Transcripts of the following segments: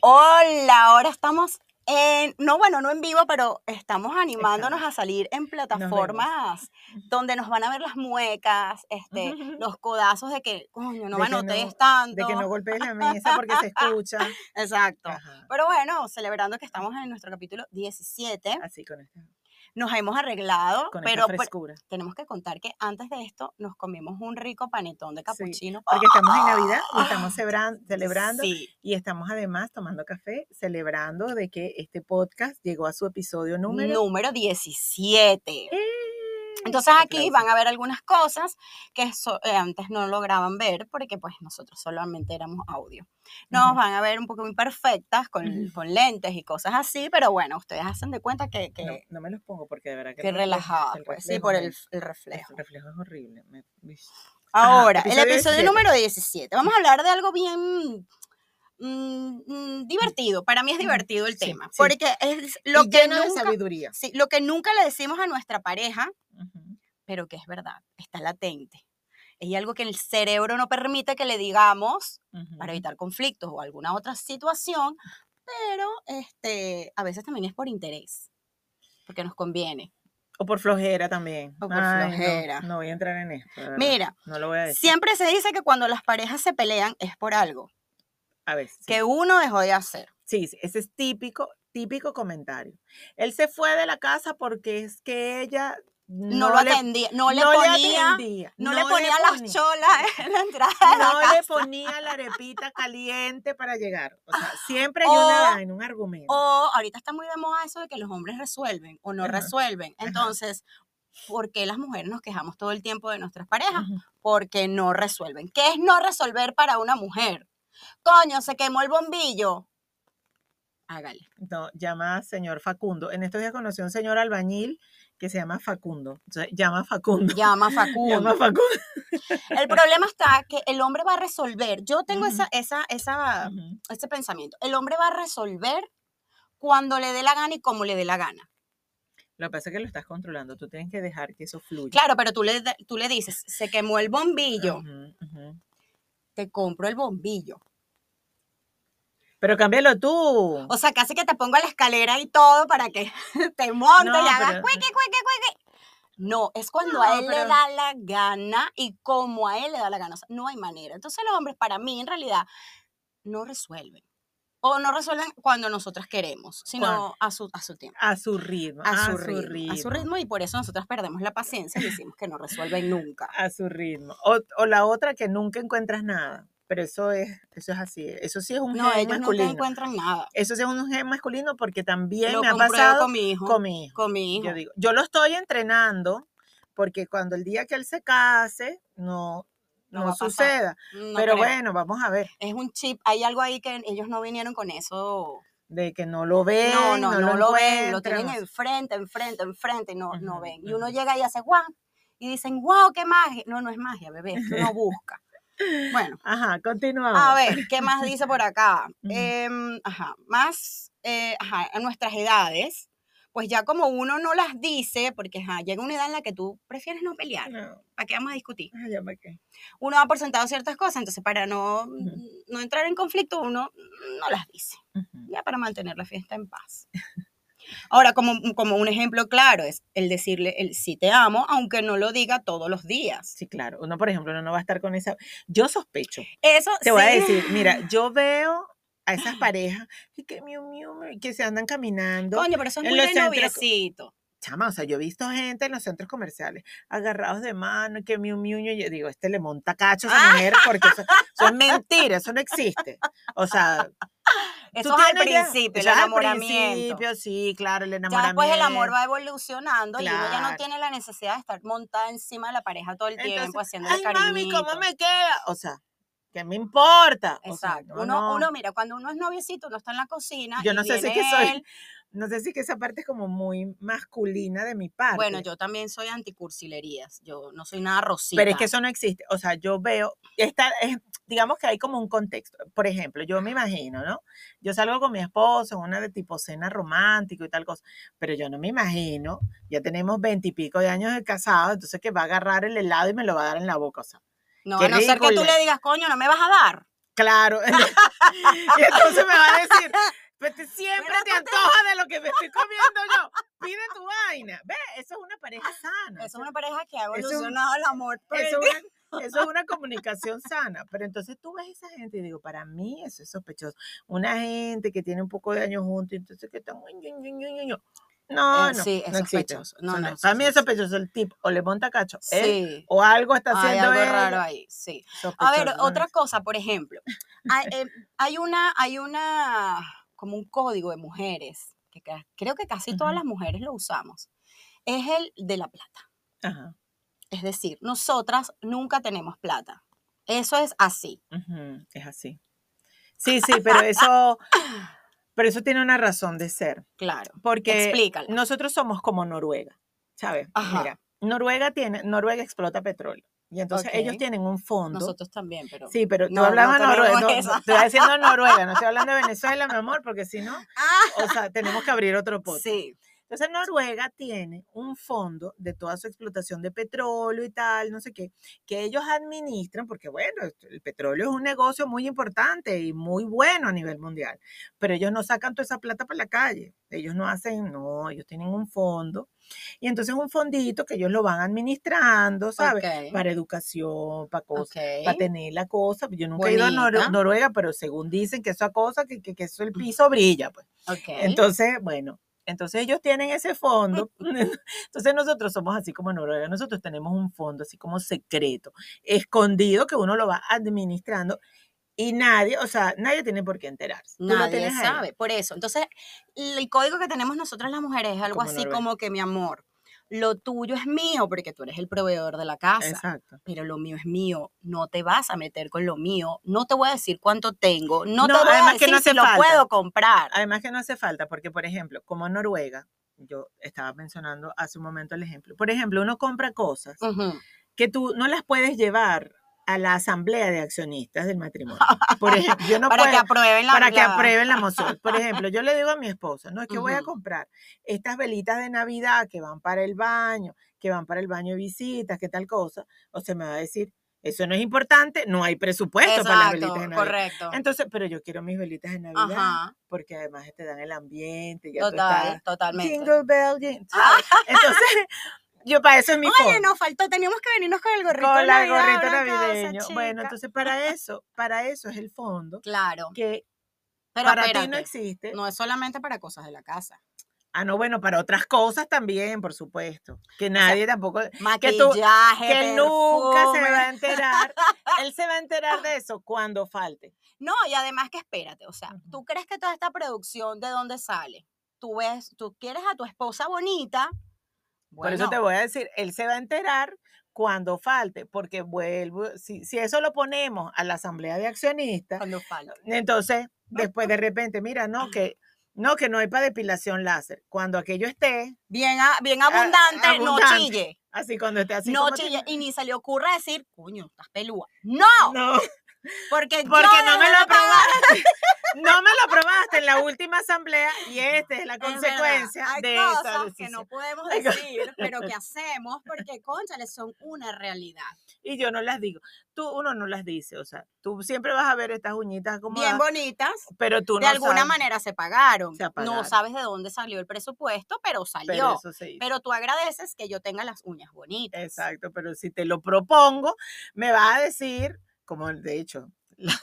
Hola, ahora estamos en, no bueno, no en vivo, pero estamos animándonos a salir en plataformas donde nos van a ver las muecas, este, los codazos de que, coño, no De me que no- anotes tanto. De que no Ah. golpees la mesa porque se escucha. Exacto. Ajá, Pero bueno, celebrando que estamos en nuestro capítulo 17, Así con esta, nos hemos arreglado, Ah. con esta pero, pues, pero frescura. tenemos que contar que antes de esto nos comimos un rico panetón de capuchino. Porque estamos en Navidad y estamos celebran- celebrando ah, Sí, y estamos además tomando café, celebrando de que este podcast llegó a su episodio número. número, 17. ¡Eh! Entonces aquí Aplausos. van a ver algunas cosas que so- eh, antes no lograban ver porque pues nosotros solamente éramos audio. Nos Ujú. van a ver un poco imperfectas con, Ujú. con lentes y cosas así, pero bueno, ustedes hacen de cuenta que, que, No, no me los pongo porque de verdad que. que el reflejo- relajadas, el pues sí, reflejo por me- el, el el reflejo. reflejo es horrible. me- uish. Ajá, Ahora, el episodio episodio 17. número 17. Vamos a hablar de algo bien mm, mm, divertido. Para mí es Ujú. divertido el Sí, tema, sí. porque es lo Y que, lleno de nunca, sabiduría. sí, lo que nunca le decimos a nuestra pareja, Ujú. pero que es verdad, está latente. Es algo que el cerebro no permite que le digamos Ujú. para evitar conflictos o alguna otra situación, pero este, a veces también es por interés, porque nos conviene. O por flojera también. O por Ay, no, flojera. No, voy a entrar en esto. de verdad. Mira, No lo voy a decir. siempre se dice que cuando las parejas se pelean es por algo A ver. sí. que uno dejó de hacer. Sí, sí, ese es típico, típico comentario. Él se fue de la casa porque es que ella No, no, lo le, atendía, no le no le ponía, atendía, no le ponía poni- las cholas en la entrada de la no casa. le ponía la arepita caliente para llegar. O sea, siempre hay una, O- vaina, un argumento. O ahorita está muy de moda eso de que los hombres resuelven o no Ajá, resuelven. ajá. Entonces, ¿por qué las mujeres nos quejamos todo el tiempo de nuestras parejas? Ujú. Porque no resuelven. ¿Qué es no resolver para una mujer? Coño, se quemó el bombillo. Hágale. No, llama a señor Facundo. En estos días conocí a un señor albañil que se llama Facundo. Entonces, llama a Facundo. Llama a Llama a Facundo. Facundo. El problema está que el hombre va a resolver. Yo tengo Ujú. esa, esa, esa, Ujú. ese pensamiento. El hombre va a resolver cuando le dé la gana y como le dé la gana. Lo que pasa es que lo estás controlando. Tú tienes que dejar que eso fluya. Claro, pero tú le, da- tú le dices, se quemó el bombillo. Ujú, ujú. te compro el bombillo. Pero cámbialo tú. O sea, casi que te pongo la escalera y todo para que te montes No, y hagas pero- cueque, cueque, cueque. No, es cuando a No, él le pero- da la gana y como a él le da la gana. O sea, no hay manera. Entonces los hombres, para mí, en realidad, no resuelven. O no resuelven cuando nosotras queremos, sino Cuando- a su, a su tiempo. A su ritmo. A, su, ritmo, A su ritmo y por eso nosotras perdemos la paciencia y decimos que no resuelven nunca. A su ritmo. O, o la otra que nunca encuentras nada. Pero eso es, eso es así. Eso sí es un No, gen ellos nunca masculino. encuentran nada. eso sí es un gen masculino porque también Lo me ha compruebo pasado con mi hijo. con mi hijo. Con mi hijo. Yo digo, yo lo estoy entrenando porque cuando el día que él se case, no, No no, va a pasar. suceda. No pero creo. bueno, vamos a ver. es un chip, hay algo ahí que ellos no vinieron con eso. De que no lo ven, no, no, no, lo ven, lo tienen encuentran, o enfrente, enfrente, enfrente y no, no Ujú, ven. Y uno ujú. llega y hace guau y dicen, wow, qué magia. No, no es magia, bebé, es que uno busca. Bueno, Ajá, continuamos. a ver, ¿qué más dice por acá? Ujú. Em, ajá, más, eh, ajá, a nuestras edades, pues ya como uno no las dice, porque ajá, llega una edad en la que tú prefieres no pelear, No, ¿para qué vamos a discutir? ah, ya me quedé. Uno ha por sentado ciertas cosas, entonces para no, Ujú. no entrar en conflicto uno no las dice. Ujú. ya para mantener la fiesta en paz. Ahora, como, como un ejemplo claro es el decirle el sí te amo, aunque no lo diga todos los días. Sí, claro. Uno, por ejemplo, uno no va a estar con esa. Yo sospecho. Eso Te voy a sí, decir, mira, yo veo a esas parejas y que miu, miu, miu, que se andan caminando. Coño, pero eso es en muy los de centros- noviecito. Chama, o sea, yo he visto gente en los centros comerciales agarrados de mano, que miu, miu, miu. Yo digo, este le monta cacho a esa ¡Ah! mujer porque eso, eso es mentira, eso no existe. O sea, Eso tú es al tienes ya- principio, el eso es al enamoramiento. principio, sí, claro, el Ya enamoramiento. después el amor va evolucionando y uno ya no Claro. tiene la necesidad de estar montada encima de la pareja todo el tiempo Entonces, haciéndole ay, mami, ¿cómo cariñito". me queda? O sea, ¿qué me importa? O sea, Exacto. no, uno, no. uno, mira, cuando uno es noviecito, uno está en la cocina Yo y no sé si es viene que soy- él, No sé si es que esa parte es como muy masculina de mi parte. Bueno, yo también soy anticursilerías. Yo no soy nada rosita. Pero es que eso no existe. O sea, yo veo, esta, es- digamos que hay como un contexto. Por ejemplo, yo me imagino, ¿no? Yo salgo con mi esposo en una de tipo cena romántico y tal cosa, pero yo no me imagino, ya tenemos veintipico de años de casado, entonces que va a agarrar el helado y me lo va a dar en la boca. O sea, no, qué a no ser que tú ridícula. le digas, coño, no me vas a dar. Claro. y entonces me va a decir, pues te- siempre Pero te tú te- antoja de lo que me estoy comiendo yo. Pide tu vaina. Ve, eso es una pareja sana. Es una pareja que ha Eso es un- evolucionado el amor. por el Eso es, una, eso es una comunicación sana. Pero entonces tú ves esa gente y digo, para mí eso es sospechoso. Una gente que tiene un poco de años juntos y entonces que están... ño, ño, ño, ño, ño. No, Eh, no. sí, es no existe. sospechoso. No, Eso no, no. es Para mí es sospechoso. sospechoso el tipo. O le monta cacho. él, Sí. o algo está Hay haciendo algo él. raro ahí, sí. A ver, Sospechoso, otra ¿no? cosa, por ejemplo, hay, eh, hay una, hay una, como un código de mujeres, que ca- creo que casi todas Ujú. las mujeres lo usamos, es el de la plata. Ajá. Es decir, nosotras nunca tenemos plata. Eso es así. Ujú, Es así. Sí, sí, pero eso, pero eso tiene una razón de ser. Claro. Porque Explícala. nosotros somos como Noruega, ¿sabes? Ajá. Mira, Noruega tiene, Noruega explota petróleo. Y entonces ellos Ok. tienen un fondo. Nosotros también, pero. Sí, pero tú No, no hablabas tenemos Noruega. no, esa. estoy diciendo Noruega, no estoy hablando de Venezuela, mi amor, porque si no, Ah, o sea, tenemos que abrir otro podcast. sí. Entonces Noruega tiene un fondo de toda su explotación de petróleo y tal, no sé qué, que ellos administran, porque bueno, esto- el petróleo es un negocio muy importante y muy bueno a nivel mundial, pero ellos no sacan toda esa plata para la calle, ellos no hacen, no, ellos tienen un fondo, y entonces un fondito que ellos lo van administrando, ¿sabes? Ok, Para educación, para cosas ok. para tener la cosa. Yo nunca he ido a Nor- Bonita. Noruega, pero según dicen que esa cosa, que, que, que eso el piso brilla, pues. ok. Entonces, bueno, entonces ellos tienen ese fondo. Entonces nosotros somos así como Noruega, nosotros tenemos un fondo así como secreto, escondido, que uno lo va administrando y nadie, o sea, nadie tiene por qué enterarse. Tú lo Nadie tienes ahí. sabe, por eso. Entonces, el código que tenemos nosotras las mujeres es algo Como así Noruega. como que, mi amor, lo tuyo es mío porque tú eres el proveedor de la casa, Exacto. pero lo mío es mío, no te vas a meter con lo mío, no te voy a decir cuánto tengo, no, No, te voy a además que decir no si hace lo falta. puedo comprar. Además que no hace falta, porque por ejemplo, como Noruega, yo estaba mencionando hace un momento el ejemplo, por ejemplo, uno compra cosas Ujú. que tú no las puedes llevar a la asamblea de accionistas del matrimonio. Por ejemplo, yo no para que puedo- aprueben la para que la- aprueben la moción. Por ejemplo, yo le digo a mi esposa, no, es que voy a Ujú. comprar estas velitas de Navidad que van para el baño, que van para el baño de visitas, que tal cosa, o se me va a decir, eso no es importante, no hay presupuesto para las Exacto, velitas de Navidad. correcto. Entonces, pero yo quiero mis velitas de Navidad Ajá, porque además te dan el ambiente, ya tú total, estás, totalmente. Jingle bell, jing- ¿sabes? Entonces, yo para eso es mi Oye, fondo. nos faltó, teníamos que venirnos con el gorrito Con la de Navidad, una gorrita cosa, navideño. bueno, chica. entonces para eso, para eso es el fondo Claro, que pero para ti no espérate. existe. No es solamente para cosas de la casa. Ah, no, bueno, para otras cosas también, por supuesto. Que sea, nadie tampoco, Maquillaje, que él nunca se va perfume. a enterar. Él se va a enterar de eso cuando falte. No, y además que espérate, o sea, Ujú. ¿tú crees que toda esta producción de dónde sale? Tú ves, tú quieres a tu esposa bonita. Por eso te bueno, voy a decir, él se va a enterar cuando falte, porque vuelvo, si, si eso lo ponemos a la asamblea de accionistas, cuando falta. Entonces, después de repente, mira, no, que no, que no hay para depilación láser. Cuando aquello esté, Bien, a- bien Ah, abundante, no abundante, chille. así cuando esté así. no como chille. tiene- Y ni se le ocurre decir, coño, estás pelúa. No, No, porque, porque yo no me dejé lo de pagar. probaste. No me lo probaste en la última asamblea y esta es la Es verdad, consecuencia hay de cosas esa que decisión. no podemos Hay co- decir, pero que hacemos porque, conchales, son una realidad. Y yo no las digo. Tú, uno no las dice. O sea, tú siempre vas a ver estas uñitas Bien acomodadas, bonitas, pero tú de no alguna sabes. manera se pagaron. Se No apagaron. sabes de dónde salió el presupuesto, pero salió. Pero Pero, eso se hizo. tú agradeces que yo tenga las uñas bonitas. Exacto, pero si te lo propongo, me vas a decir, como de hecho, la-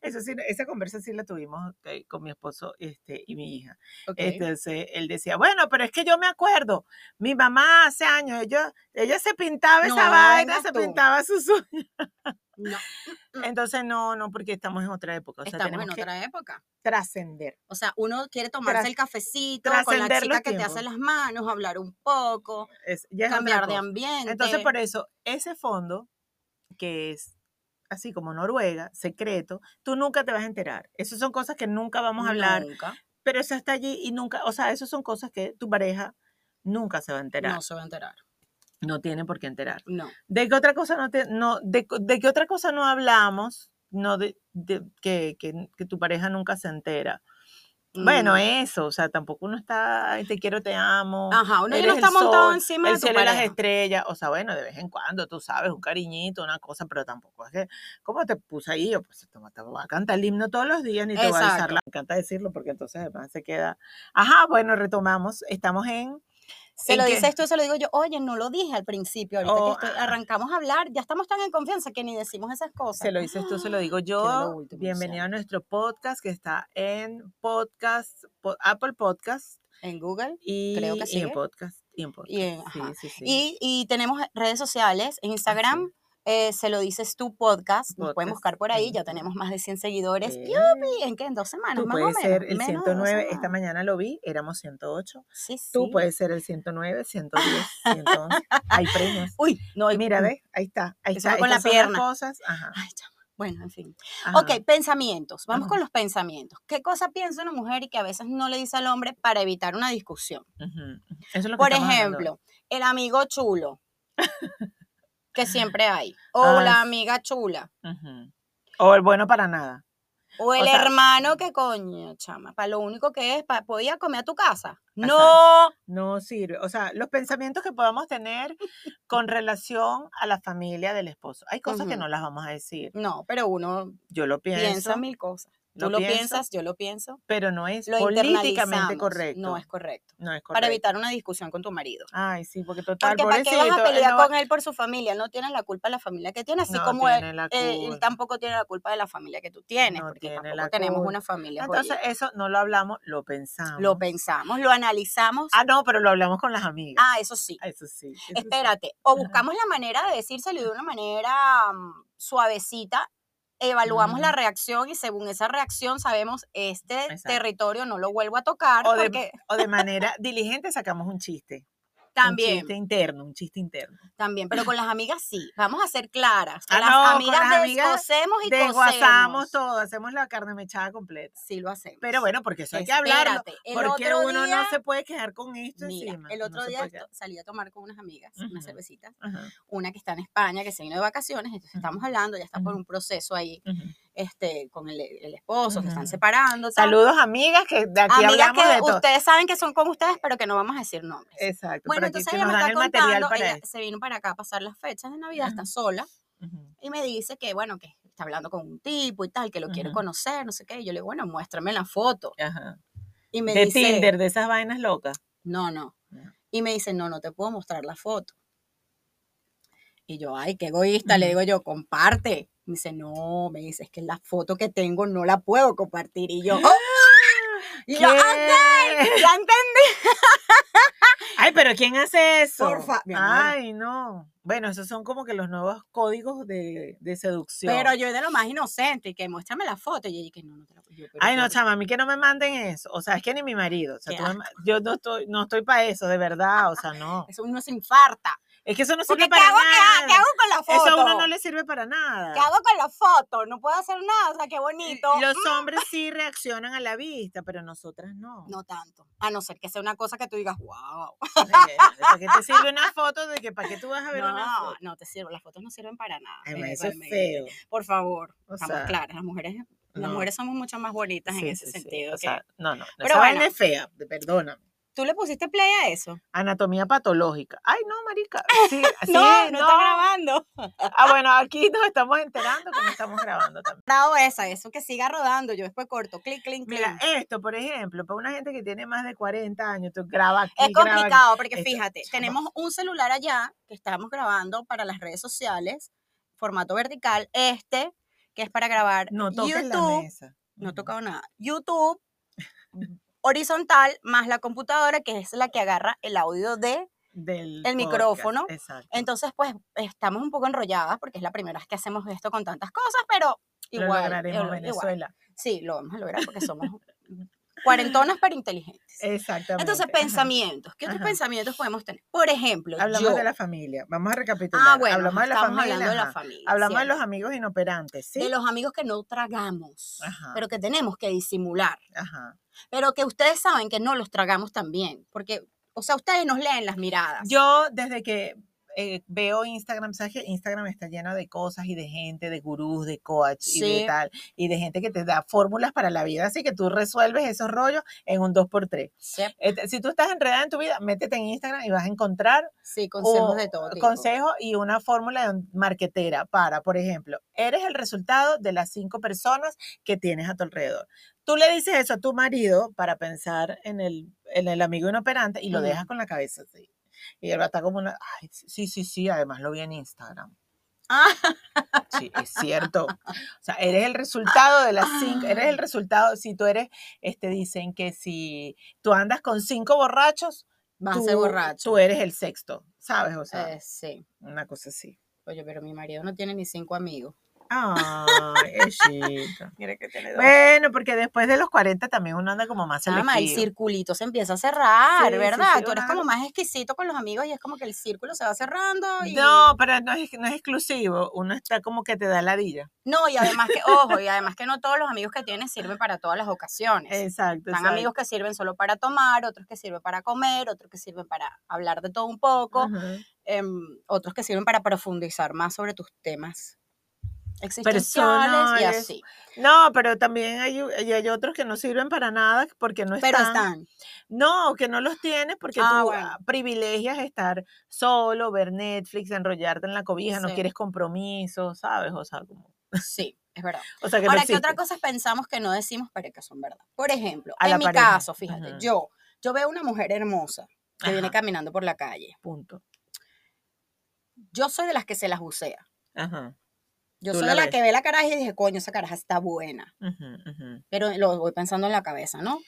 eso sí, esa conversa sí la tuvimos eh, con mi esposo este, y mi hija. Ok. Entonces, él decía, bueno, pero es que yo me acuerdo, mi mamá hace años, ella, ella se pintaba No, esa vaina, vengas se tú. pintaba sus uñas. No, Entonces, no, no, porque estamos en otra época, o sea, estamos tenemos en que otra época. trascender. O sea, uno quiere tomarse Tras- el cafecito con la trascender chica los que te tiempos. hace las manos, hablar un poco, Es, ya es otra cambiar de cosa. ambiente. Entonces, por eso, ese fondo, que es así como Noruega, secreto, tú nunca te vas a enterar. Esas son cosas que nunca vamos a hablar, Nunca, pero eso está allí y nunca, o sea, esas son cosas que tu pareja nunca se va a enterar. no se va a enterar. No, tiene por qué enterar. No. ¿De qué otra cosa no te, no, de, co- de qué otra cosa no hablamos? No de, de- que, que- que tu pareja nunca se entera. Mm. Bueno, eh, eso, o sea, tampoco uno está, "Ay, te quiero, te amo. Ajá, uno ya eres no el está montado sol, encima el Ah, de tu cielo y las pareja. estrellas, o sea, bueno, de vez en cuando, tú sabes, un cariñito, una cosa, pero tampoco es que, ¿cómo te puse ahí? Yo, pues, te te voy a cantar el himno todos los días, ni te voy a avisar Exacto. la- Me encanta decirlo porque entonces además se queda. Ajá, bueno, retomamos, estamos en... Se ¿En lo qué? dices tú, se lo digo yo, oye, no lo dije al principio, ahorita Oh, que estoy- ah. arrancamos a hablar, ya estamos tan en confianza que ni decimos esas cosas. Se lo dices tú, se lo digo Quedó lo yo. último, Bienvenido a nuestro podcast que está en podcast, po- Apple Podcast En Google. y, Creo que y en sigue. podcast. Y en podcast. Y en- ajá. Sí, sí, sí. Ah, Y, y tenemos redes sociales, en Instagram, eh, se lo dices tú podcast, nos pueden Podcast, buscar por ahí, ya ujú. tenemos más de 100 seguidores. Bien. ¡Yupi! ¿En qué? ¿En dos semanas? Tú más puedes o menos. ser el Menos de dos 109, esta semanas. mañana lo vi, éramos 108. Sí, sí. Tú puedes ser el 109, 110, 111. Hay premios. Uy, no, y- Mira, mm, ve, ahí está, ahí Eso está. fue con la estas son las pierna. cosas. Ajá, Ay, chama. Bueno, en fin. ajá. Ok, pensamientos. Vamos con Ajá. los pensamientos. ¿Qué cosa piensa una mujer y que a veces no le dice al hombre para evitar una discusión? Ujú. Eso es lo que Por estamos hablando hoy. ejemplo, el amigo chulo, que siempre hay, o Ah, la sí. amiga chula, Ujú. O el bueno para nada. o el sea- hermano que coño, chama, para lo único que es, pa- podía comer a tu casa. Exacto. No, No sirve. O sea, los pensamientos que podamos tener con relación a la familia del esposo. Hay cosas que Ujú. no las vamos a decir. no, pero uno Yo lo pienso, piensa mil cosas. Tú lo pienso, piensas, yo lo pienso, pero no es lo políticamente internalizamos. correcto. No es correcto. no es Para correcto. evitar una discusión con tu marido. Ay, sí, porque total, Porque para qué vas a pobrecito, él pelear no va- con él por su familia, no tienes la culpa de la familia que tiene, así No como él, tiene la eh, él culpa. tampoco tiene la culpa de la familia que tú tienes, No porque tiene tampoco la tenemos culpa. una familia. jodida. Entonces, eso no lo hablamos, lo pensamos. Lo pensamos, lo analizamos. Ah, no, pero lo hablamos con las amigas. Ah, eso sí. Eso sí. eso sí. Espérate, o buscamos la manera de decírselo de una manera mm, suavecita, evaluamos la Mm. reacción y según esa reacción sabemos este Exacto. territorio no lo vuelvo a tocar O de- porque O de manera diligente sacamos un chiste. Un también, chiste interno, un chiste interno. también, pero con las amigas sí, vamos a ser claras, con Ah, las no, con amigas las amigas descosemos y Desguazamos cosemos. todo, hacemos la carne mechada completa. Sí lo hacemos. Pero bueno, porque eso hay que hablarlo. Espérate, el Porque otro uno día- no se puede quejar con esto mira, encima. el no otro se día puede esto- quedar. salí a tomar con unas amigas una Ujú. cervecita Ajá, una que está en España, que se vino de vacaciones, entonces estamos Ujú. hablando, ya está por Ujú. un proceso ahí, ujú. este, con el, el esposo, se están Ujú. separando. tal. Saludos, amigas, que de aquí Amigas hablamos de que todo. ustedes saben que son con ustedes, pero que no vamos a decir nombres. Exacto. bueno, pero aquí entonces que ella nos me está dan el material contando, para ella eso. se vino para acá a pasar las fechas de Navidad, está Ujú. sola, Ujú. y me dice que, bueno, que está hablando con un tipo y tal, que lo quiere Ujú. conocer, no sé qué. Y yo le digo, bueno, muéstrame la foto. e Ajá. Y me De dice, Tinder, de esas vainas locas. no, no. No. Y me dice, no, no te puedo mostrar la foto. Y yo, ay, qué egoísta, le Ujú. digo yo, comparte. Me dice, no, me dice, es que la foto que tengo no la puedo compartir. Y yo, ¡oh! Y yo, "Ah, ¿Qué? ya entendí. Ay, pero ¿quién hace eso? fa- mi amor. Ay, no. Bueno, esos son como que los nuevos códigos de, de seducción. Pero yo de lo más inocente, y que muéstrame la foto. Y ella, que no, no te la puedo. Yo, pero Ay, no, ¿por chama, a mí que no me manden eso. O sea, es que ni mi marido. O sea, Qué tú me ma- yo no estoy, no estoy para eso, de verdad. O sea, no. qué? Eso uno se infarta. Es que eso no Porque sirve ¿qué para hago, qué ha- nada. qué hago con la eso foto? a uno no le sirve para nada. ¿Qué hago con la foto? No puedo hacer nada, o sea, qué bonito. Los Mm, hombres sí reaccionan a la vista, pero nosotras no. No tanto. A no ser que sea una cosa que tú digas, wow. Oye, ¿Para qué te sirve una foto de que para qué tú vas a ver una No, foto? no te sirven, las fotos no sirven para nada. Ay, bueno, eh, eso es realmente. feo. Por favor, O estamos sea, claras, las mujeres, las no. mujeres somos mucho más bonitas en Sí, ese sí, sí. sentido. O que- sea, no, no. Pero esa vaina bueno. es fea, de- perdóname. ¿Tú le pusiste play a eso? Anatomía patológica. Ay, no, marica. Sí, sí, no, no, no. está grabando. Ah, bueno, aquí nos estamos enterando que no estamos grabando también. Bravo esa, eso que siga rodando, yo después corto, clic, clic, clic. Mira, esto, por ejemplo, para una gente que tiene más de 40 años, tú graba aquí, es graba aquí. complicado porque Esto, fíjate, chama. tenemos un celular allá que estamos grabando para las redes sociales, formato vertical, este que es para grabar No toques la YouTube, mesa. no he Ujú. tocado nada, YouTube horizontal más la computadora que es la que agarra el audio Ah. de Del el podcast, micrófono, Exacto. Entonces, pues estamos un poco enrolladas porque es la primera vez que hacemos esto con tantas cosas, pero Lo igual. lograremos, igual- Venezuela. Sí, lo vamos a lograr porque somos cuarentonas pero inteligentes. Exactamente. Entonces, ajá. pensamientos. ¿Qué otros Ajá. pensamientos podemos tener? Por ejemplo, Hablamos yo. de la familia. Vamos a recapitular. ah, bueno, hablamos de la estamos familia. hablando de la ajá. familia. Hablamos de ¿cierto? los amigos inoperantes, ¿sí? De los amigos que no tragamos, Ajá. pero que tenemos que disimular. Ajá. Pero que ustedes saben que no los tragamos también, porque, o sea, ustedes nos leen las miradas. Yo, desde que eh, veo Instagram, ¿sabes que Instagram está lleno de cosas y de gente, de gurús, de coach y de Sí. tal, y de gente que te da fórmulas para la vida, así que tú resuelves esos rollos en un 2x3. Sí, Este, si tú estás enredada en tu vida, métete en Instagram y vas a encontrar sí, consejos o- de todo tipo. consejos y una fórmula de un- marquetera para, por ejemplo, eres el resultado de las cinco personas que tienes a tu alrededor. Tú le dices eso a tu marido para pensar en el, en el amigo inoperante y lo Ujú. dejas con la cabeza así. Y él va a estar como una, ay, sí, sí, sí, además lo vi en Instagram. Ah, Sí, es cierto. O sea, eres el resultado de las cinco, eres el resultado, si tú eres, este, dicen que si tú andas con cinco borrachos, vas a tú, ser borracho. tú eres el sexto, ¿sabes? O sea, Eh, sí. una cosa así. Oye, pero mi marido no tiene ni cinco amigos. Ay, Eshita. Mira que tiene Bueno, porque después de los 40 también uno anda como más Chama, el selectivo. circulito se empieza a cerrar, Sí, sí, ¿verdad? sí, Tú eres una- como más exquisito con los amigos y es como que el círculo se va cerrando. Y... No, pero no es, no es exclusivo. Uno está como que te da ladilla. No, y además que, ojo, y además que no todos los amigos que tienes sirven para todas las ocasiones. Exacto. Están exacto. amigos que sirven solo para tomar, otros que sirven para comer, otros que sirven para hablar de todo un poco, Ajá. em, otros que sirven para profundizar más sobre tus temas existenciales y Personales. así. No, pero también hay, u- y hay otros que no sirven para nada porque no Pero están. No, que no los tienes porque Ah, tú bueno. ah, privilegias estar solo, ver Netflix, enrollarte en la cobija, no Sí. quieres compromiso, ¿sabes? O sea, como, Sí, es verdad. o sea que Ahora, no ¿qué otra existe. cosa pensamos que no decimos, pero que son verdad? Por ejemplo, A la en mi pareja, caso, fíjate, ujú. yo, yo veo una mujer hermosa que viene Ajá. caminando por la calle. Punto. Yo soy de las que se las bucea. Ajá. Yo Tú soy la de la ves. que ve la caraja y dije, coño, esa caraja está buena. ujú, ujú. Pero lo voy pensando en la cabeza, ¿no?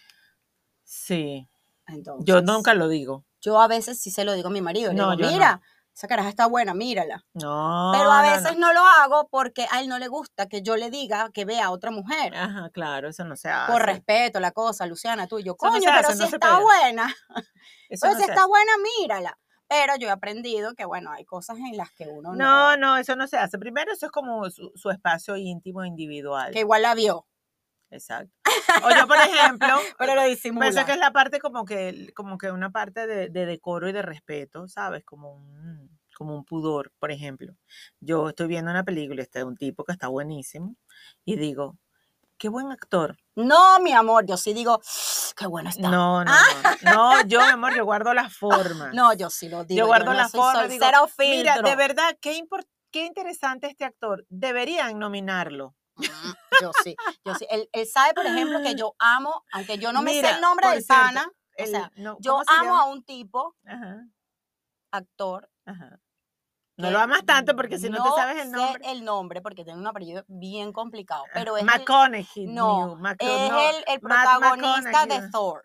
Sí. Entonces, Yo nunca lo digo. Yo a veces sí se lo digo a mi marido. Le No, yo digo, no. mira, esa caraja está buena, mírala. No. Pero a no, no. veces no, lo hago porque a él no le gusta que yo le diga que vea a otra mujer. Ajá, claro, eso no se hace. Por respeto, la cosa, Luciana, tú y yo, Ah, Eso no coño, se pero hace, si no se está pega". buena. Eso Pero no si se está hace. buena, mírala. Pero yo he aprendido que, bueno, hay cosas en las que uno no. No, no, eso no se hace. Primero, eso es como su, su espacio íntimo individual. Que igual la vio. Exacto. O yo, por ejemplo, Pero lo disimula. Pienso que es la parte como que, como que una parte de, de decoro y de respeto, ¿sabes? Como un, como un pudor, por ejemplo. Yo estoy viendo una película este, de un tipo que está buenísimo y digo, qué buen actor. No, mi amor, yo sí digo, qué bueno está. No, No, no, no. No, yo, mi amor, yo guardo la forma. yo sí lo digo. yo guardo no la soy forma. sol- digo, cero Mira, filtro". de verdad, qué, impor- qué interesante este actor. Deberían nominarlo. Mm, Yo sí, yo sí. Él, él sabe, por ejemplo, que yo amo, aunque yo no me sé Mira, el nombre por del cierto, pana, o El- sea, no, yo ¿cómo se amo llama? a un tipo, Ajá, actor. ajá. No que lo amas tanto porque si no, te sabes el Eh, sé nombre. el nombre porque tiene un apellido bien complicado, Ah, pero es, el- McConaughey. no, New, Mac- es no, el, el Matt protagonista de McConaughey. Thor.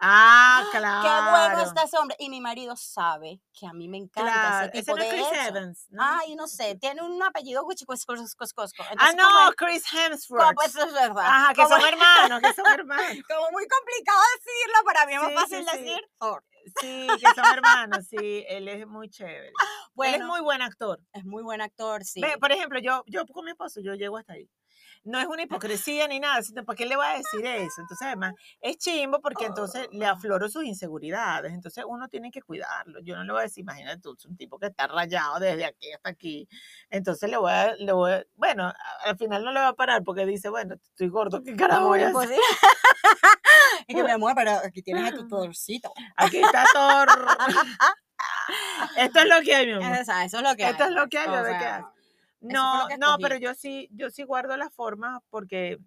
Ah, Qué claro. bueno está ese hombre. Y mi marido sabe que a mí me encanta Claro. ese Ese tipo no es de Chris hecho. Evans, ¿no? Ay, no sé, tiene un apellido cuchicuescoscoscosco. ah, Entonces, ¿cómo no, es? Chris Hemsworth. ¿Cómo es? Es verdad. Ajá, que ¿Cómo son hermanos, que son hermanos. como muy complicado decirlo, para mí es más Sí, fácil sí, sí. decir Thor. Sí, que son hermanos, sí. Él es muy chévere. Bueno, Él es muy buen actor. buen actor, sí. Ve, por ejemplo, yo, yo con mi esposo, yo llego hasta ahí. No es Ah. una hipocresía ni nada, sino porque él le va a decir eso. Entonces, además, es chimbo porque Oh. entonces le afloro sus inseguridades. Entonces, uno tiene que cuidarlo. Yo no le voy a decir, imagínate tú, es un tipo que está rayado desde aquí hasta aquí. Entonces, le voy a, le voy a- bueno, a- al final no le va a parar porque dice, bueno, estoy gordo, ¿qué carajo Amor voy a hacer? imposible. pues, y que mi amor, pero aquí tienes a tu torcito. Aquí está todo. Esto es lo que hay, mi amor. O sea, eso es lo que Esto hay, es lo que hay, pues. O bebé, ¿qué sea, eso haces? fue lo No, que no, pero escogí. yo sí, yo sí guardo las formas porque,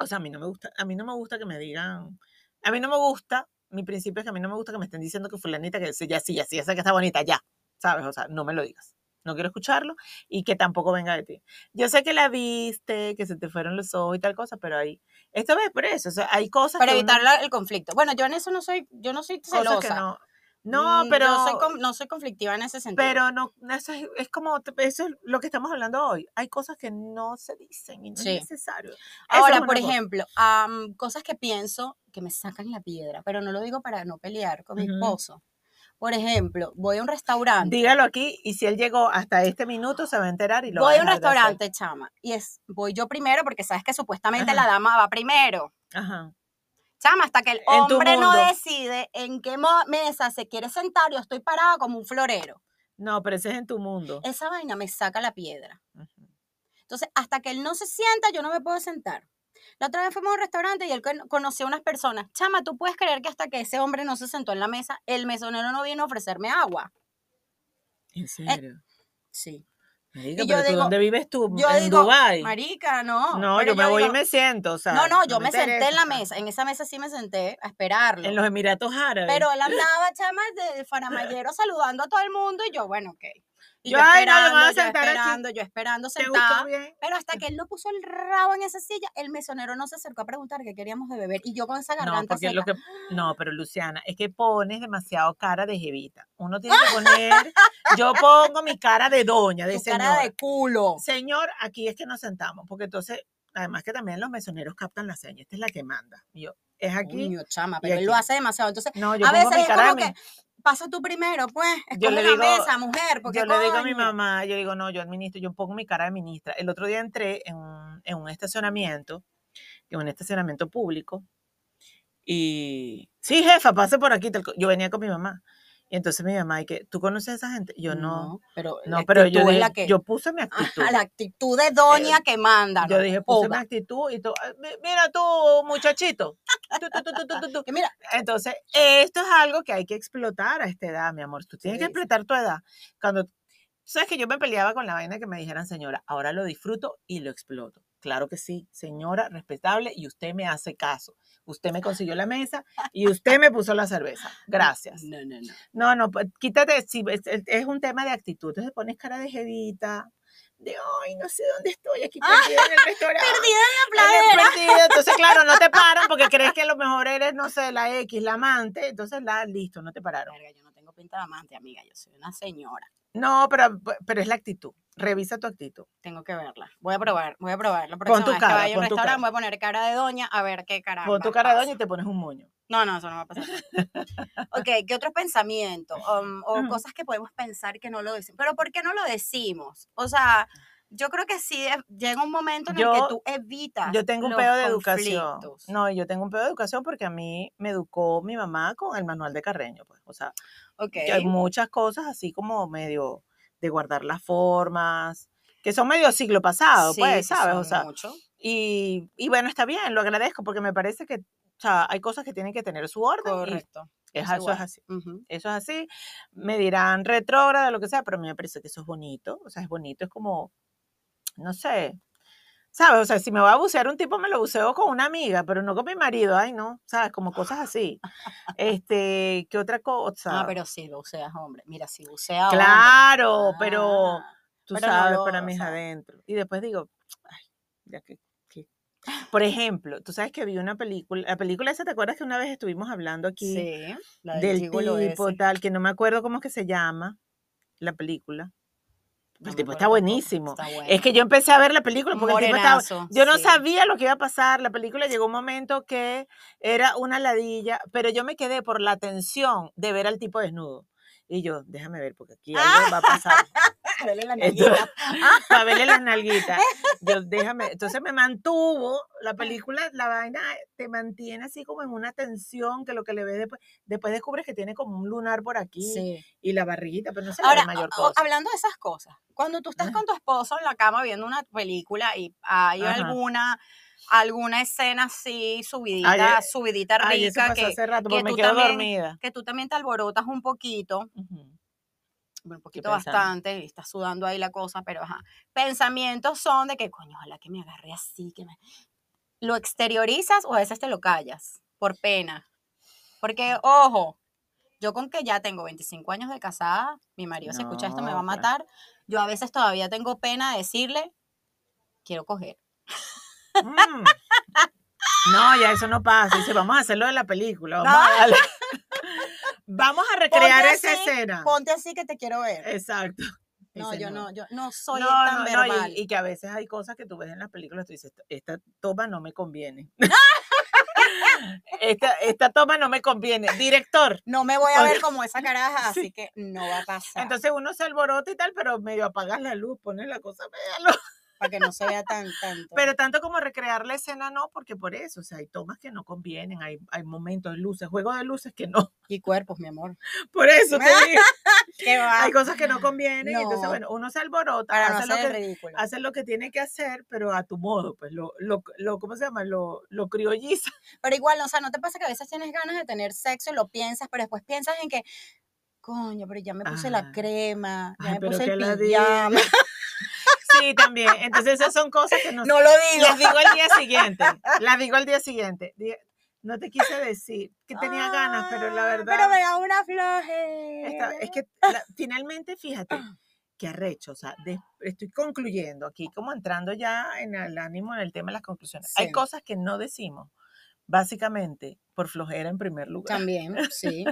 o sea, a mí no me gusta, a mí no me gusta que me digan, a mí no me gusta, mi principio es que a mí no me gusta que me estén diciendo que fulanita que sí, ya sí, ya sí, esa que está bonita, ya, ¿sabes? O sea, no me lo digas. No quiero escucharlo y que tampoco venga de ti. Yo sé que la viste, que se te fueron los ojos y tal cosa, pero ahí, esto es por eso, o sea, hay cosas Para que uno- evitar la- el conflicto. Bueno, yo en eso no soy, yo no soy cosas celosa. que no. No, Mm, pero Yo soy con- no soy conflictiva en ese sentido. pero no, no, eso es, es como, te- eso es lo que estamos hablando hoy. Hay cosas que no se dicen y no Sí. es necesario. Eso Ahora, es por una cosa. ejemplo, am, cosas que pienso que me sacan la piedra, pero no lo digo para no pelear con mi Ujú. esposo. Por ejemplo, voy a un restaurante. Dígalo aquí y si él llegó hasta este minuto se va a enterar y lo va voy a un dejar de hacer. restaurante, chama, y es, voy yo primero porque sabes que supuestamente Ajá. la dama va primero. Ajá. Chama, hasta que el En tu hombre no mundo. decide en qué mo- mesa se quiere sentar, yo estoy parada como un florero. No, pero ese es en tu mundo. Esa vaina me saca la piedra. Entonces, hasta que él no se sienta, yo no me puedo sentar. La otra vez fuimos a un restaurante y él con- conoció a unas personas. Chama, tú puedes creer que hasta que ese hombre no se sentó en la mesa, el mesonero no vino a ofrecerme agua. En serio. Sí. Marica, eh, y yo pero tú digo- dónde vives tú? Yo en digo, Dubái. marica, no. No, Pero yo me voy digo, y me siento. O sea, No, no, yo me, interesa, senté en la o sea, mesa. En esa mesa sí me senté a esperarlo. En los Emiratos Árabes. Pero él andaba, chama, de faramayero saludando a todo el mundo y yo, bueno, ok. Y yo, Yo, ay, no, me esperando, voy a yo sentar aquí. esperando, yo esperando ¿Te gustó sentada. bien? Pero hasta que él no puso el rabo en esa silla, el mesonero no se acercó a preguntar qué queríamos de beber. Y yo con esa No, garganta porque seca. lo que, no, pero Luciana, es que pones demasiado cara de jevita. Uno tiene que poner, yo pongo mi cara de doña, de tu cara señora. de culo. Señor, aquí es que nos sentamos, porque entonces, además que también los mesoneros captan la seña, esta es la que manda. Y yo, es aquí. Coño, chama, y pero él lo aquí. hace demasiado. Entonces, No, yo a pongo veces mi es cara como de que mi- pasa tú primero, pues. Yo Escoge le la digo- mesa, mujer, porque Yo le digo a mi coño. mamá, yo digo, no, yo administro, yo pongo mi cara de ministra. El otro día entré en un, en un estacionamiento, en un estacionamiento público, y sí, jefa, pase por aquí. tal co- Yo venía con mi mamá. Y entonces mi mamá, y que, ¿tú conoces a esa gente? Yo no. pero No, la pero actitud yo, es dije- la que yo puse mi actitud. Eh, Ajá, la actitud de doña que manda. Yo ¿no? dije, puse mi Oga. actitud y tú, "Ay, mi- mira tú, muchachito. Tú, tú, tú, tú, tú, tú, tú". Que mira, Entonces, esto es algo que hay que explotar a esta edad, mi amor. Tú tienes que Sí, sí. explotar tu edad. Cuando, tú sabes que yo me peleaba con la vaina que me dijeran, señora, ahora lo disfruto y lo exploto. Claro que sí, señora, respetable, y usted me hace caso. Usted me consiguió la mesa y usted me puso la cerveza. Gracias. No, no, no. No, no, pues, quítate, si es, es- es un tema de actitud. Entonces pones cara de jevita, de ay, no sé dónde estoy, aquí perdida en el restaurante. Ah, Perdida en la Eres playera. perdida. Entonces, claro, no te paran porque crees que a lo mejor eres, no sé, la X, la amante. Entonces, la, listo, no te pararon. Verga, yo no tengo pinta de amante, amiga. Yo soy una señora. No, pero, pero es la actitud. Revisa tu actitud. Tengo que verla. Voy a probar, voy a probar. La Pon próxima tu vez cara, que vaya a un pon tu cara. restaurante voy a poner cara de doña a ver qué cara. Pon tu cara de doña y te pones un moño. No, no, eso no va a pasar. ok, ¿qué otro pensamiento? Um, o Ujú. cosas que podemos pensar que no lo decimos. Pero ¿por qué no lo decimos? O sea, yo creo que sí eh, llega un momento en el Yo- que tú evitas. Yo tengo un los pedo de educación. conflictos. No, yo tengo un pedo de educación porque a mí me educó mi mamá con el manual de Carreño. Pues. O sea, Ok. que hay muchas cosas así como medio de guardar las formas, que son medio siglo pasado, Sí, pues, sí, ¿sabes? O son sea, mucho. y, y bueno, está bien, lo agradezco porque me parece que o sea, hay cosas que tienen que tener su orden Correcto. y es- es eso igual. es así. Ujú. Eso es así, me dirán retrógrada, lo que sea, pero a mí me parece que eso es bonito, o sea, es bonito, es como, no sé, ¿sabes? O sea, si me va a bucear un tipo, me lo buceo con una amiga, pero no con mi marido, ay, no, ¿sabes? Como cosas así. Este, ¿qué otra cosa? Ah, pero ah, sí, buceas, hombre. Ah, Mira, si buceas. Claro, pero tú pero no sabes, lo- para o mí es sea. adentro. Y después digo, ay, ya que, que- Por ejemplo, tú sabes que vi una película, la película esa, ¿te acuerdas que una vez estuvimos hablando aquí Sí, la del, del gigolo tipo ese. tal, que no me acuerdo cómo es que se llama la película? No el me tipo acuerdo está tampoco, buenísimo. está Es que buena. yo empecé a ver la película Un porque el tipo estaba... morenazo, Yo no sí. sabía lo que iba a pasar. La película llegó un momento que era una ladilla, pero yo me quedé por la tensión de ver al tipo desnudo. Y yo, déjame ver, porque aquí algo va a pasar. Dale la Entonces, nalguita. Ah. para verle las nalguitas. Yo, déjame. Entonces me mantuvo. Eh. La película, la vaina, eh, te mantiene así como en una tensión que lo que le ves después. Después descubres que tiene como un lunar por aquí Sí. y la barriguita, pero no se Ahora, la mayor o- o- cosa. hablando de esas cosas, cuando tú estás Ah. con tu esposo en la cama viendo una película y hay Ajá. alguna alguna escena así subidita, Ay, eh, subidita rica Ay, eso pasó que, hace rato, que porque me tú quedo también- dormida. que tú también te alborotas un poquito, Ujú. bueno, un poquito pensando. bastante, y está sudando ahí la cosa, pero ajá. Pensamientos son de que, coño, ojalá que me agarre así, que me... ¿Lo exteriorizas o a veces te lo callas? Por pena. Porque, ojo, yo con que ya tengo 25 años de casada, mi marido si escucha esto me va a No, claro. matar, yo a veces todavía tengo pena de decirle, quiero coger. Mm. No, ya eso no pasa. Dice, vamos a hacerlo de la película. Vamos, a, darle- Vamos a recrear Ponte esa así, escena. Ponte así que te quiero ver. Exacto. No, Dice, yo no, yo no soy No, tan no, no, y- verbal. y, que a veces hay cosas que tú ves en las películas, tú dices, esta esta toma no me conviene. esta, esta toma no me conviene. Director. No me voy a Oye, ver como esa caraja, sí. así que no va a pasar. Entonces uno se alborota y tal, pero medio apagas la luz, pones la cosa media luz. para que no se vea tan tanto. Pero tanto como recrear la escena, no, porque por eso, o sea, hay tomas que no convienen, hay, hay momentos, luces, juego de luces que no. Y cuerpos, mi amor. Por eso te digo, ¿Qué va? hay cosas que no convienen, y entonces, No. bueno, uno se alborota, para no hace, lo ser que, ridículo. hace lo que tiene que hacer, pero a tu modo, pues lo, lo, lo ¿cómo se llama? Lo, lo criolliza. Pero igual, o sea, ¿no te pasa que a veces tienes ganas de tener sexo y lo piensas, pero después piensas en que, coño, pero ya me puse Ajá. la crema, ya Ah. Ay, me pero puse qué el ladilla. pijama. Sí, también. Entonces esas son cosas que no No lo digo. Las digo al día siguiente. Las digo al día siguiente. Di- No te quise decir que tenía ganas, pero la Ah, verdad. Pero me da una flojera. esta- es que la- finalmente, fíjate, qué arrecho. O sea, de- estoy concluyendo aquí, como entrando ya en el ánimo, en el tema de las conclusiones. Hay Sí. cosas que no decimos, básicamente, por flojera en primer lugar. También, sí.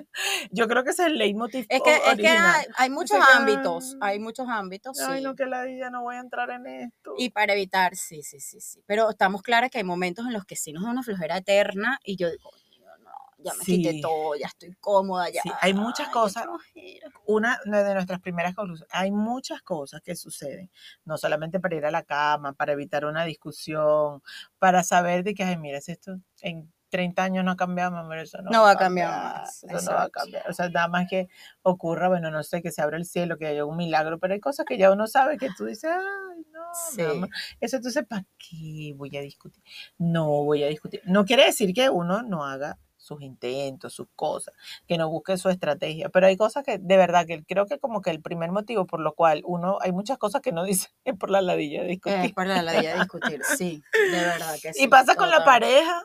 Yo creo que ese es el leitmotiv. Es que, o- es que original. hay, hay muchos que, ámbitos, ah, hay muchos ámbitos, sí. Ay, no, que la ya no voy a entrar en esto. Y para evitar, sí, sí, sí, sí. Pero estamos claras que hay momentos en los que sí nos da una flojera eterna y yo digo, "Coño, no, ya me Sí. quité todo, ya estoy cómoda, ya. Sí, hay muchas qué cosas. flojera". una una de nuestras primeras conclusiones, hay muchas cosas que suceden, no solamente para ir a la cama, para evitar una discusión, para saber de que, ay, mira, si esto en 30 años no ha cambiado, mi amor, eso no, No va a cambiar más, eso no va a exacto. cambiar. O sea, nada más que ocurra, bueno, no sé, que se abra el cielo, que haya un milagro, pero hay cosas que ya uno sabe que tú dices, ay, no, mi Sí. amor, eso entonces, ¿para qué voy a discutir? No voy a discutir. No quiere decir que uno no haga sus intentos, sus cosas que no busque su estrategia. Pero hay cosas que, de verdad, que creo que como que el primer motivo por lo cual uno, hay muchas cosas que no dice es por la ladilla de discutir. Es para la idea de discutir, sí, de verdad que sí. y pasa con la total. pareja,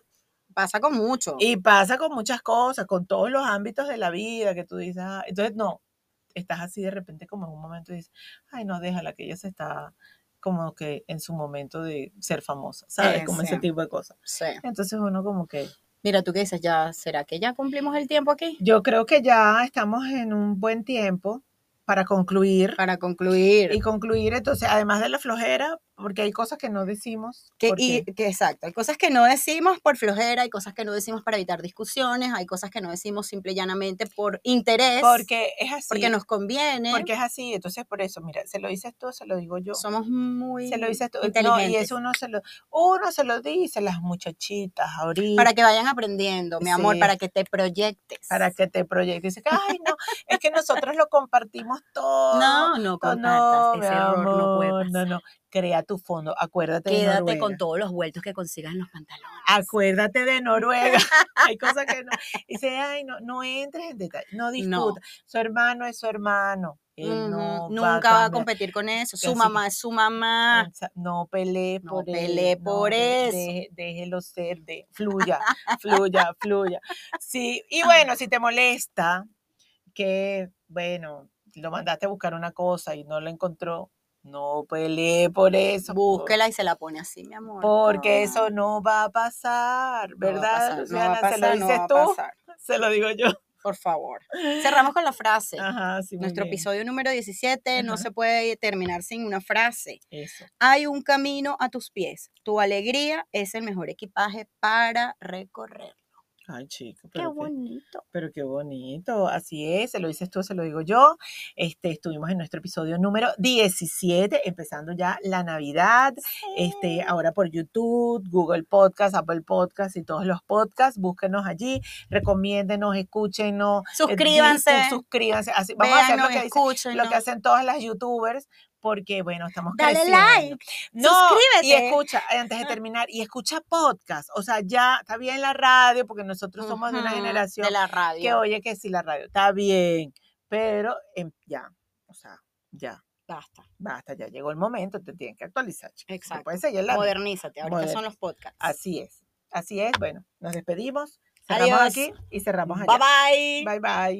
Pasa con mucho. y pasa con muchas cosas, con todos los ámbitos de la vida que tú dices, "Ah", entonces no, estás así de repente como en un momento y dices, ay, no, déjala que ella se está como que en su momento de ser famosa, ¿sabes? Eh, como sí. ese tipo de cosas. Sí. Entonces uno como que, Mira, tú qué dices, ya, ¿será que ya cumplimos el tiempo aquí? yo creo que ya estamos en un buen tiempo para concluir. Para concluir. y concluir entonces, además de la flojera, porque hay cosas que no decimos. Que, porque- y- que exacto, hay cosas que no decimos por flojera, hay cosas que no decimos para evitar discusiones, hay cosas que no decimos simple y llanamente por interés, porque es así. porque nos conviene, porque es así. Entonces, por eso, mira, se lo dices tú, se lo digo yo. somos muy se lo dices tú. No, inteligentes. y eso uno se lo, uno se lo dice las muchachitas ahorita. Para que vayan aprendiendo, mi amor, Sí. para que te proyectes. Para que te proyectes. Dice, ay, no, es que nosotros lo compartimos todo. No, no No, compartas, mi ese error no puede amor, pasar. no, no. Crea tu fondo. Acuérdate de Quédate Noruega. con todos los vueltos que consigas en los pantalones. Acuérdate de Noruega. Hay cosas que no. Dice, ay, no, no entres en detalle, no discutas. Su hermano es su hermano. Él Ujú, no va a Nunca va a cambiar. competir con eso. Así Su que- mamá es su mamá. Exa- No pelee No por él, pelee no por de- eso. deje- déjelo ser, de, fluya, fluya, fluya. Sí, y bueno, si te molesta que, bueno, lo mandaste a buscar una cosa y no lo encontró, no pelee por eso. por- Búsquela y se la pone así, mi amor. toma. Porque eso no va a pasar, No va a ¿verdad, pasar, no va a Luciana? ¿Se lo pasar, no dices va a tú? pasar. Se lo digo yo. Por favor. Cerramos con la frase. Ajá, sí, Ah, muy Nuestro bien. episodio número 17 no Ajá. se puede terminar sin una frase. Eso. Hay un camino a tus pies. Tu alegría es el mejor equipaje para recorrer. Ay, chico, Qué pero qué, bonito. pero qué bonito. Así es, se lo dices tú, se lo digo yo. Este, estuvimos en nuestro episodio número 17, empezando ya la Navidad. pues. Este, ahora por YouTube, Google Podcast, Apple Podcast y todos los podcasts. Búsquenos allí, recomiéndenos, escúchenos. eh, di- Suscríbanse. su- suscríbanse. Así, vamos a hacer Véanos, lo que, dice- lo escúchenos. que hacen todas las youtubers. Porque, bueno, estamos Dale creciendo. like, No, y suscríbete. escucha, eh, antes de terminar, y escucha podcast. O sea, ya está bien la radio, porque nosotros somos de una Ujú, generación De la radio. que oye que sí la radio. Está bien, pero em, ya, o sea, ya, Basta. basta, ya llegó el momento, te tienen que actualizar. chicos, no Exacto. pueden seguir la- Modernízate. Ahorita son Modernízate. los podcasts. Así es, así es. Bueno, nos despedimos, Adiós. cerramos aquí y cerramos allá. Bye bye. Bye, bye.